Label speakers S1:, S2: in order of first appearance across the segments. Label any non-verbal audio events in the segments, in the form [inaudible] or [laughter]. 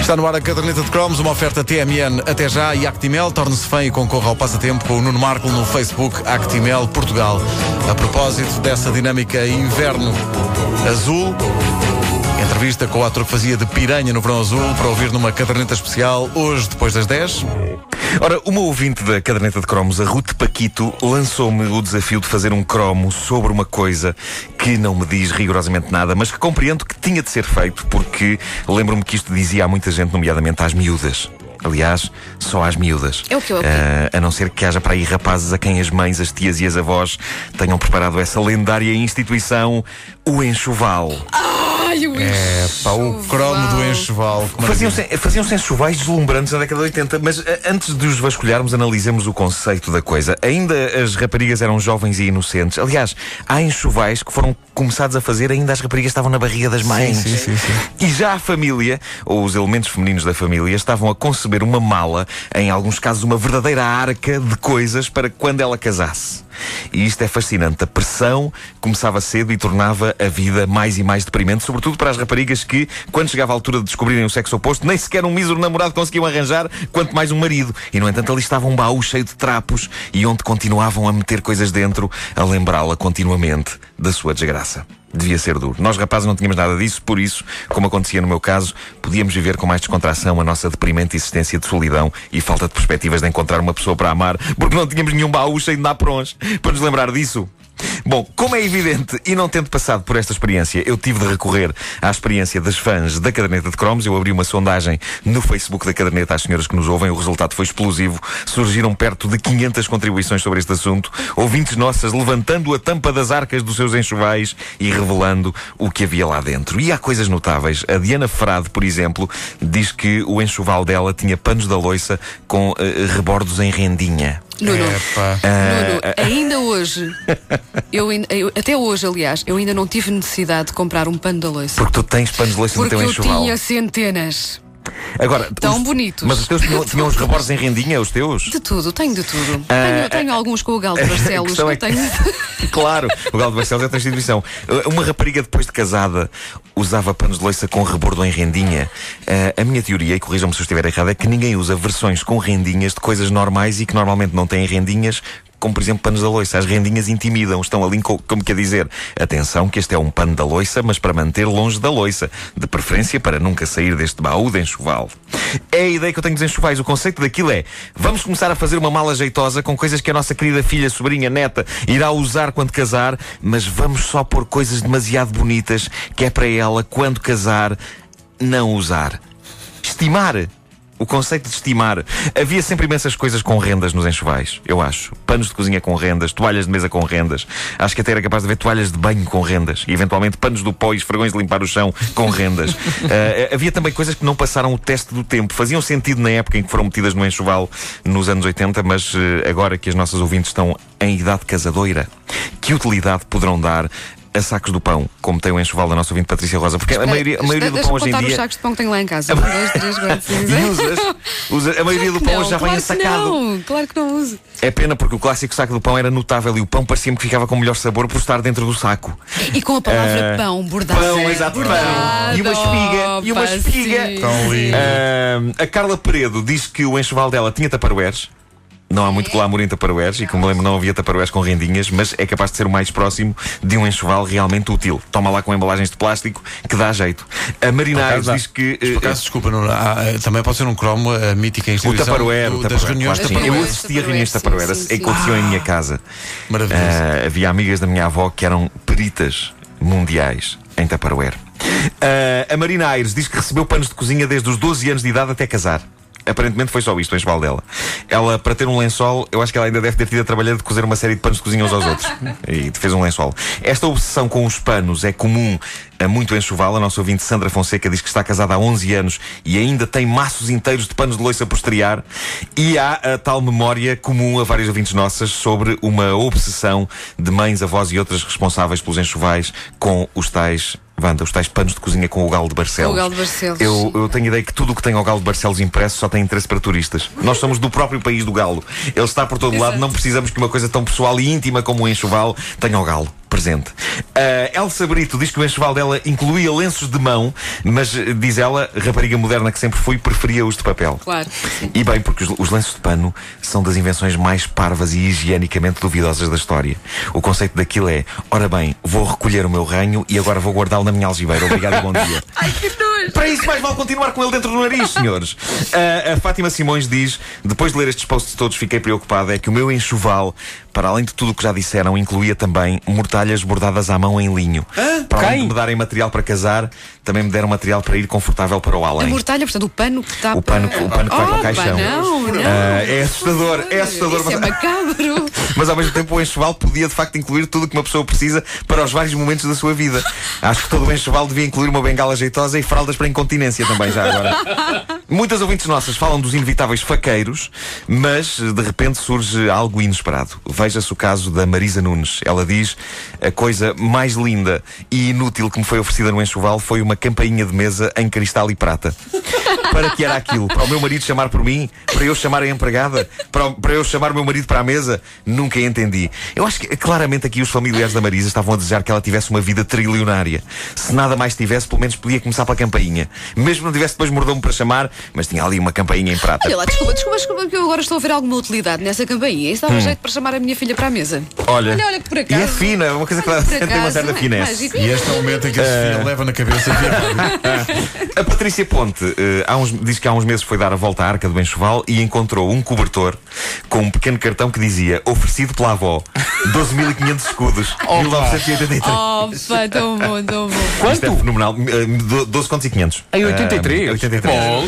S1: Está no ar a caderneta de cromos, uma oferta TMN até já e Actimel torne-se fã e concorra ao passatempo com o Nuno Marco no Facebook Actimel Portugal. A propósito dessa dinâmica inverno azul, entrevista com o ator que fazia de piranha no verão azul para ouvir numa caderneta especial hoje depois das 10.
S2: Ora, uma ouvinte da caderneta de cromos, a Ruth Paquito, lançou-me o desafio de fazer um cromo sobre uma coisa que não me diz rigorosamente nada, mas que compreendo que tinha de ser feito, porque lembro-me que isto dizia a muita gente, nomeadamente às miúdas. Aliás, só às miúdas.
S3: É o que eu aprendi.
S2: Ah, a não ser que haja para aí rapazes a quem as mães, as tias e as avós tenham preparado essa lendária instituição, o enxoval.
S3: Ai, o
S1: É, pá, o cromo do enxoval. um que maravilha.
S2: Faziam-se faziam enxovais deslumbrantes na década de 80, mas eh, antes de os vasculharmos, analisemos o conceito da coisa. Ainda as raparigas eram jovens e inocentes. Aliás, há enxovais que foram começados a fazer ainda as raparigas estavam na barriga das mães.
S1: sim, sim, sim.
S2: E já a família, ou os elementos femininos da família, estavam a conceber uma mala, em alguns casos uma verdadeira arca de coisas para quando ela casasse. E isto é fascinante. A pressão começava cedo e tornava a vida mais e mais deprimente, sobretudo para as raparigas que, quando chegava a altura de descobrirem o sexo oposto, nem sequer um mísero namorado conseguiam arranjar, quanto mais um marido. E, no entanto, ali estava um baú cheio de trapos e onde continuavam a meter coisas dentro, a lembrá-la continuamente da sua desgraça. Devia ser duro. Nós, rapazes, não tínhamos nada disso, por isso, como acontecia no meu caso, podíamos viver com mais descontração a nossa deprimente existência de solidão e falta de perspectivas de encontrar uma pessoa para amar, porque não tínhamos nenhum baú cheio de naprons para nos lembrar disso. Bom, como é evidente, e não tendo passado por esta experiência, eu tive de recorrer à experiência das fãs da Caderneta de Cromos. Eu abri uma sondagem no Facebook da Caderneta às senhoras que nos ouvem. O resultado foi explosivo. Surgiram perto de 500 contribuições sobre este assunto. Ouvintes nossas levantando a tampa das arcas dos seus enxovais e revelando o que havia lá dentro. E há coisas notáveis. A Diana Frade, por exemplo, diz que o enxoval dela tinha panos da loiça com eh, rebordos em rendinha.
S3: Nuno,
S1: Epá.
S3: Nuno,
S2: Ah.
S3: ainda hoje, eu, ainda- eu- até hoje, aliás, eu ainda não tive necessidade de comprar um pano da louça.
S2: Porque tu tens panos de loiça
S3: Porque
S2: no teu
S3: eu
S1: um
S2: enxoval.
S3: tinha centenas.
S2: Agora,
S3: Tão bonitos.
S2: Mas os teus tinham, tinham
S3: [laughs]
S2: os rebordes em rendinha, os teus?
S3: De tudo, tenho de tudo.
S2: Ah,
S3: tenho, tenho alguns com o Galo de
S2: A
S3: Barcelos.
S2: questão
S3: eu
S2: é que-
S3: tenho.
S2: [laughs] claro, o Galo de Barcelos é outra instituição. Uma rapariga depois de casada usava panos de loiça com rebordo em rendinha. Ah, a minha teoria, e corrijam-me se eu estiver errado, é que ninguém usa versões com rendinhas de coisas normais e que normalmente não têm rendinhas. Como, por exemplo, panos da loiça. As rendinhas intimidam, estão ali, co- como quer dizer, atenção, que este é um pano da loiça, mas para manter longe da loiça. De preferência para nunca sair deste baú de enxoval. É a ideia que eu tenho dos enxovais. O conceito daquilo é: vamos começar a fazer uma mala jeitosa com coisas que a nossa querida filha, sobrinha, neta irá usar quando casar, mas vamos só pôr coisas demasiado bonitas que é para ela, quando casar, não usar. Estimar. O conceito de estimar. Havia sempre imensas coisas com rendas nos enxovais, eu acho. Panos de cozinha com rendas, toalhas de mesa com rendas. Acho que até era capaz de haver toalhas de banho com rendas. E eventualmente panos do pó e esfregões de limpar o chão com
S3: [laughs]
S2: rendas. Ah, havia também coisas que não passaram o teste do tempo. Faziam sentido na época em que foram metidas no enxoval nos anos 80, mas eh, agora que as nossas ouvintes estão em idade casadoira, que utilidade poderão dar a sacos do pão, como tem o enxoval da nossa ouvinte Patrícia Rosa? Porque a maioria, a maioria do
S3: Deixa-me
S2: pão hoje em
S3: contar os
S2: dia.
S3: sacos de pão que tenho lá em casa. Um, dois, três, quatro, cinco.
S2: E [laughs] usas, usas- A maioria do pão
S3: Não,
S2: já
S3: claro
S2: vem
S3: que
S2: ensacado.
S3: Não, claro que não uso.
S2: É pena porque o clássico saco do pão era notável e o pão parecia-me que ficava com melhor sabor por estar dentro do saco.
S3: E com a palavra pão, bordado.
S2: Ah. Pão, exato, pão. E uma espiga, e uma espiga.
S1: Tão lindo.
S2: Ahm, a Carla Peredo diz que o enxoval dela tinha taparoeiros. Não há muito glamour em taparoeiros e, como me lembro, não havia taparoeiros com rendinhas, mas é capaz de ser o mais próximo de um enxoval realmente útil. Toma lá com embalagens de plástico que dá jeito. A Marinais
S1: dá.
S2: diz que.
S1: Mas,
S2: eh,
S1: Por acaso, desculpa, Nuno, há, eh, também pode ser um cromo a mítica
S2: O
S1: instituição
S2: Tupperware,
S1: do-
S2: o
S1: das
S2: Tupperware,
S1: reuniões de
S2: claro que sim. Eu
S3: Tupperware,
S2: assisti a reuniões de
S3: Tupperware,
S2: Tupperware,
S3: sim, sim.
S2: aconteceu em minha casa.
S1: Maravilhoso.
S2: Ah, havia amigas da minha avó que eram peritas mundiais em Tupperware. Ah, a Marina Aires diz que recebeu panos de cozinha desde os 12 anos de idade até casar. Aparentemente foi só isto, o enxoval dela. Ela, para ter um lençol, eu acho que ela ainda deve ter tido a trabalhar de cozer uma série de panos de cozinha uns aos
S3: [laughs]
S2: outros. E fez um lençol. Esta obsessão com os panos é comum a muito enxoval. A nossa ouvinte Sandra Fonseca diz que está casada há 11 anos e ainda tem maços inteiros de panos de loiça por estrear. E há a tal memória comum a vários ouvintes nossas sobre uma obsessão de mães, avós e outras responsáveis pelos enxovais com os tais Wanda, os tais panos de cozinha com o galo de Barcelos.
S3: O galo de Barcelos,
S2: Eu,
S3: sim.
S2: eu tenho a ideia que tudo o que tem ao galo de Barcelos impresso só tem interesse para turistas. Nós somos do próprio país do galo. Ele está por todo lado,
S3: Exato.
S2: não precisamos que uma coisa tão pessoal e íntima como o enxoval tenha o galo. Presente. Ah, Elsa Brito diz que o enxoval dela incluía lenços de mão, mas eh, diz ela, rapariga moderna que sempre fui, preferia-os de papel.
S3: Claro.
S2: E bem, porque os, os lenços de pano são das invenções mais parvas e higienicamente duvidosas da história. O conceito daquilo é: ora bem, vou recolher o meu ranho e agora vou guardá-lo na minha algibeira. Obrigado e bom dia.
S3: Ai, que nojo!
S2: Para isso, mais vale continuar com ele dentro do nariz, senhores. A, a Fátima Simões diz: depois de ler estes posts todos, fiquei preocupada. É que o meu enxoval, para além de tudo o que já disseram, incluía também mortalhas bordadas à mão em linho. para além de me darem material para casar, também me deram material para ir confortável para o
S3: A
S2: além.
S3: mortalha, portanto, o pano que está
S2: O pano que- o pano que vai para o
S3: Opa,
S2: caixão.
S3: Não, não.
S2: Ah, é assustador, é assustador.
S3: Isso é
S2: mas- [laughs]
S3: macabro.
S2: mas ao mesmo tempo o enxoval podia de facto incluir tudo o que uma pessoa precisa para os vários momentos da sua vida. Acho que todo o enxoval devia incluir uma bengala jeitosa e fraldas para incontinência também já agora. Muitas ouvintes nossas falam dos inevitáveis faqueiros, mas de repente surge algo inesperado. Veja-se o caso da Marisa Nunes. Ela diz: a coisa mais linda e inútil que me foi oferecida no enxoval foi uma campainha de mesa em cristal e prata. Para que era aquilo? Para o meu marido chamar por mim? Para eu chamar a empregada? Para, para eu chamar o meu marido para a mesa? Nunca entendi. Eu acho que eh, claramente aqui os familiares da Marisa estavam a desejar que ela tivesse uma vida trilionária. Se nada mais tivesse, pelo menos podia começar pela campainha. Mesmo não tivesse depois mordomo para chamar, mas tinha ali uma campainha em prata.
S3: Olha lá, desculpa, desculpa, desculpa, que eu agora estou a ver alguma utilidade nessa campainha. Isso dava jeito para chamar a minha filha para a mesa.
S2: Hum. Olha,
S3: olha, olha que por acaso.
S2: E é fina, é uma coisa que
S3: Olha
S2: ela
S3: que
S2: [laughs]
S3: por
S2: tem uma
S3: acaso,
S2: certa
S3: é
S2: finesse.
S3: mágico.
S1: E este é o momento em que a
S2: Eh,
S1: Sofia leva na cabeça. via-
S2: A Patrícia Ponte eh, há uns- diz que há uns meses foi dar a volta à arca do enxoval e encontrou um cobertor com um pequeno cartão que dizia oferecido pela avó 12.500 escudos 1983.
S3: Opa, tão bom,
S2: [laughs]
S3: tão bom.
S2: Isto é fenomenal. Eh, do- 12 contos e 500.
S4: Em
S2: Eh,
S4: 83?
S2: 83.
S4: Bom,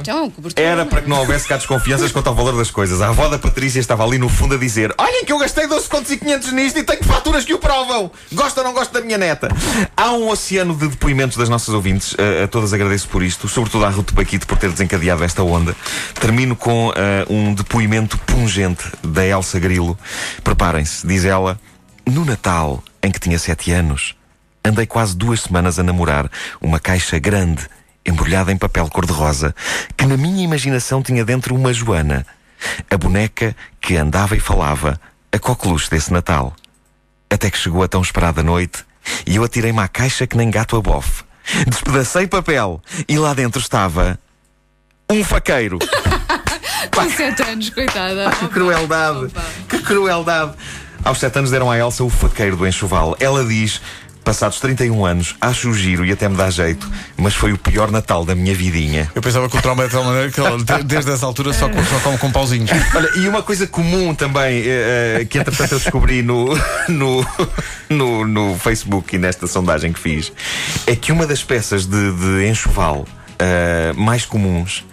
S3: Então, é um cobertor.
S2: Era para que não houvesse cá desconfianças quanto ao valor das coisas. A avó da Patrícia estava ali no fundo a dizer: Olhem que eu gastei 12 contos e 500 nisto e tenho faturas que o provam. Gosto ou não gosto da minha neta? Há um oceano de depoimentos das nossas ouvintes. Eh, A, a todas agradeço por isto, sobretudo à Ruth Paquito por ter desencadeado esta onda. Termino com ah, um depoimento pungente da Elsa Grilo. Preparem-se, diz ela: No Natal, em que tinha 7 anos, andei quase duas semanas a namorar uma caixa grande, embrulhada em papel cor-de-rosa, que na minha imaginação tinha dentro uma Joana, a boneca que andava e falava, a coqueluche desse Natal. Até que chegou a tão esperada noite e eu atirei-me à caixa que nem gato a bofe. Despedacei papel e lá dentro estava um faqueiro.
S3: Com 7 anos, coitada.
S2: Ah, Que crueldade!
S3: Opa.
S2: Que crueldade! Aos 7 anos deram à Elsa o faqueiro do enxoval. Ela diz: Passados 31 anos, acho giro e até me dá jeito, mas foi o pior Natal da minha vidinha.
S1: Eu pensava que o trauma é de tal maneira que ela, de- desde essa altura, só, com- só come com pauzinhos.
S2: Olha, e uma coisa comum também, eh, eh, que entretanto eu descobri no, [laughs] no, no, no Facebook e nesta sondagem que fiz, é que uma das peças de, de enxoval eh, mais comuns,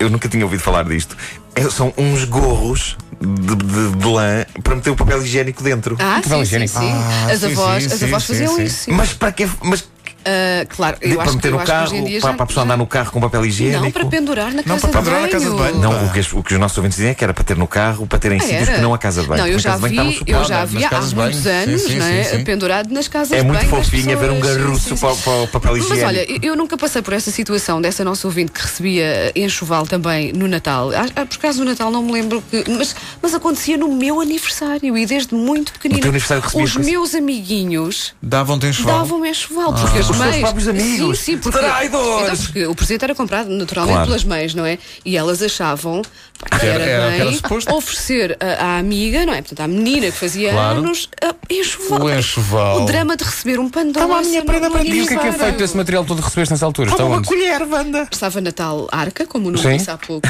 S2: eu nunca tinha ouvido falar disto, é- são uns gorros de, de- de lã para meter o papel higiênico dentro.
S3: Ah, sim, sim,
S4: higiênico.
S3: sim.
S1: Ah,
S3: As
S1: sim,
S3: avós,
S1: sim,
S3: as
S1: sim,
S3: avós
S1: sim,
S3: faziam
S1: sim.
S3: isso. sim.
S2: Mas para que. Mas
S3: Ah, claro, eu
S2: para
S3: acho, que-
S2: meter
S3: eu
S2: no
S3: acho que hoje em
S2: carro,
S3: dia
S2: para,
S3: já-
S2: para a pessoa
S3: já-
S2: andar no carro com papel higiênico.
S3: Não, para pendurar
S1: Não,
S3: na casa
S1: para pendurar na
S3: de banho.
S1: casa de banho.
S2: Não, o que, as- o que os nossos ouvintes dizem é que era para ter no carro, para ter em
S3: Ah,
S2: sítios
S3: era?
S2: que não a casa de banho.
S3: Não, eu
S2: Porque a
S3: já
S2: casa de
S3: vi,
S2: banho estava
S3: eu
S2: suposta.
S3: já
S1: nas
S3: vi há
S1: casas de banho.
S3: muitos
S1: Sim,
S3: anos,
S1: sim,
S3: não é?
S1: sim, sim.
S3: Pendurado nas casas
S2: É
S3: de
S2: muito
S3: banho das
S2: fofinho ver um
S3: pessoas. Sim, sim,
S2: garruço
S3: sim.
S2: para, para o papel
S3: Mas
S2: higiênico.
S3: olha, eu nunca passei por essa situação dessa nossa ouvinte que recebia enxoval também no Natal. Ah, ah, Por causa do Natal não me lembro que. Mas, mas acontecia no meu aniversário e desde muito pequenino.
S2: No teu aniversário recebias
S3: Os
S2: coisa?
S3: meus amiguinhos
S1: Davam-te um enxoval.
S3: davam-me enxoval. Porque as
S2: Os teus
S3: mães.
S2: próprios amigos.
S3: Sim, sim, porque.
S2: Traidores!
S3: Então, porque o presente era comprado naturalmente
S2: Claro.
S3: pelas mães, não é? E elas achavam pá, que
S1: Que era-
S3: era,
S1: era o que
S3: bem
S1: era suposto.
S3: oferecer a- à amiga, não é? Portanto, à menina que fazia
S1: Claro.
S3: anos, a enxoval.
S1: O Um enxoval.
S3: O drama de receber um pano de Estava
S1: a minha prenda para ti.
S4: E o que é que é feito desse material todo que recebeste nessa altura? Está onde?
S3: assim?
S2: colher, Wanda.
S3: Estava Natal Arca, como o Nuno
S4: Sim.
S3: disse há pouco.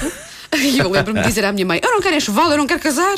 S3: E eu lembro-me de dizer à minha mãe: Eu não quero enxoval, eu não quero casar.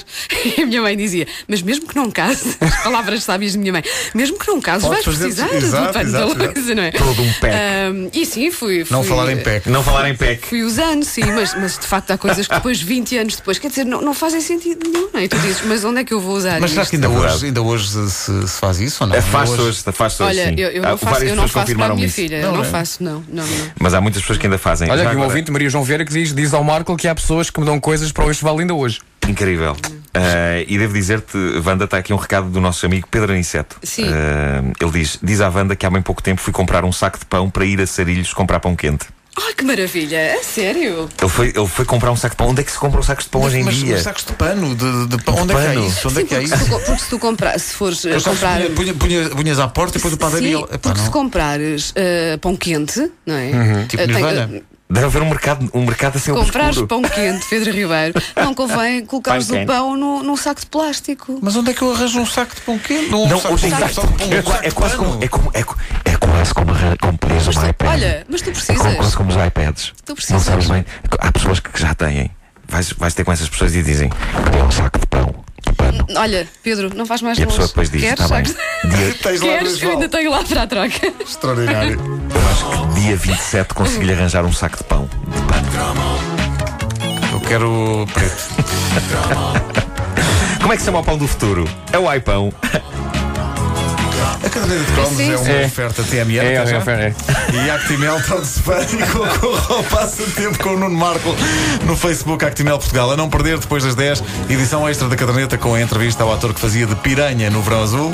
S3: E a minha mãe dizia: Mas mesmo que não cases, [laughs] as palavras sábias da minha mãe, mesmo que não cases,
S1: Podes
S3: vais
S1: fazer-
S3: precisar
S1: exato,
S3: do pano da
S1: exato,
S3: Luísa, não é?
S2: Todo um pack.
S3: Ahm, e sim, fui.
S1: Não
S3: fui-
S1: falar em PEC.
S2: Não falar em PEC.
S3: Fui usando, sim, mas, mas de facto há coisas que depois, 20 anos depois, quer dizer, não, não fazem sentido nenhum, não é? E tu dizes, mas onde é que eu vou usar
S1: Mas será
S3: isto?
S1: que ainda
S2: É verdade.
S1: hoje, ainda hoje se- se, se faz isso ou não?
S2: Afasta
S1: Ainda
S2: É hoje, afasta hoje.
S3: Olha,
S2: sim. Ah,
S3: eu, eu
S2: assim. Há-
S3: não faço,
S2: várias
S3: eu não
S2: pessoas
S3: faço para a
S2: confirmaram
S3: minha
S2: isso.
S3: filha, eu
S1: Não é?
S3: não faço, não, não, não.
S2: Mas há muitas pessoas que ainda fazem.
S4: Olha
S2: Já
S4: aqui um
S2: agora-
S4: ouvinte, Maria João Vieira, que diz, diz ao Marco que há pessoas que me dão coisas para o enxoval ainda hoje.
S2: Incrível. Ah, e devo dizer-te, Wanda, está aqui um recado do nosso amigo Pedro Aniceto.
S3: Sim.
S2: Ah, ele diz: Diz à Wanda que há bem pouco tempo fui comprar um saco de pão para ir a Sarilhos comprar pão quente.
S3: Ai, que maravilha! A sério?
S2: Ele foi, ele foi comprar um saco de pão. Onde é que se compram sacos de pão
S1: Mas,
S2: hoje em
S1: mas,
S2: dia?
S1: mas sacos de pano, de, de, de pano. onde é que é
S2: pano.
S1: isso? Onde é
S3: Sim,
S1: que é
S3: porque,
S1: isso?
S3: se tu, co- porque se tu comprar, se fores eh,
S1: Eu sabes,
S3: comprar.
S1: punha- punha- Punhas à porta e depois o padeiro e
S3: Sim,
S1: ele. epá,
S3: porque
S1: não.
S3: se comprares eh, pão quente, não é?
S1: Tipo
S3: Eh, tem-
S1: Nirvana.
S3: eh,
S2: Deve haver um mercado, um mercado assim
S3: comprares
S2: obscuro.
S3: pão quente, Pedro Ribeiro, não convém colocares
S2: Pão
S3: o
S2: quente.
S3: pão num, num saco de plástico.
S1: Mas onde é que eu arranjo um saco de pão quente? Um
S2: Não,
S1: saco
S2: hoje
S1: de
S2: em
S1: pão
S2: dia
S1: quente, um
S2: é, qua-
S1: saco
S2: é
S1: de
S2: quase
S1: pano.
S2: como é, como, é, co- é quase como, arran- como pedir
S3: Mas
S2: um
S3: tu-
S2: iPad.
S3: olha, mas tu
S2: É como,
S3: precisas.
S2: quase como os iPads.
S3: Tu
S2: Não
S3: precisas.
S2: sabes bem. Há pessoas que já têm. Vais, vais ter com essas pessoas e dizem: Queria um saco de pão. de pano."
S3: Olha, Pedro, não vais mais
S2: E a
S3: longe.
S2: pessoa depois diz:
S3: [laughs] Queres?
S2: Está bem.
S3: sacos-
S2: Dia,
S1: Tens lá
S2: um
S3: Queres?
S1: dois
S3: Eu ainda
S1: vales.
S3: tenho lá para a troca.
S1: Extraordinário.
S2: eu acho que dia 27 consegui-lhe arranjar um saco de pão. De pano.
S1: Eu quero preto.
S2: Como é que se chama o pão do futuro? É o iPão.
S1: A caderneta de cromos
S3: Sim,
S1: é uma
S3: sim.
S1: oferta TMN.
S4: É, é,
S1: até já.
S4: é, é.
S1: E Actimel tá Transfer e [laughs] concorra ao passatempo com o Nuno Marco no Facebook Actimel Portugal. A não perder depois das 10, edição extra da caderneta com a entrevista ao ator que fazia de piranha no Verão Azul.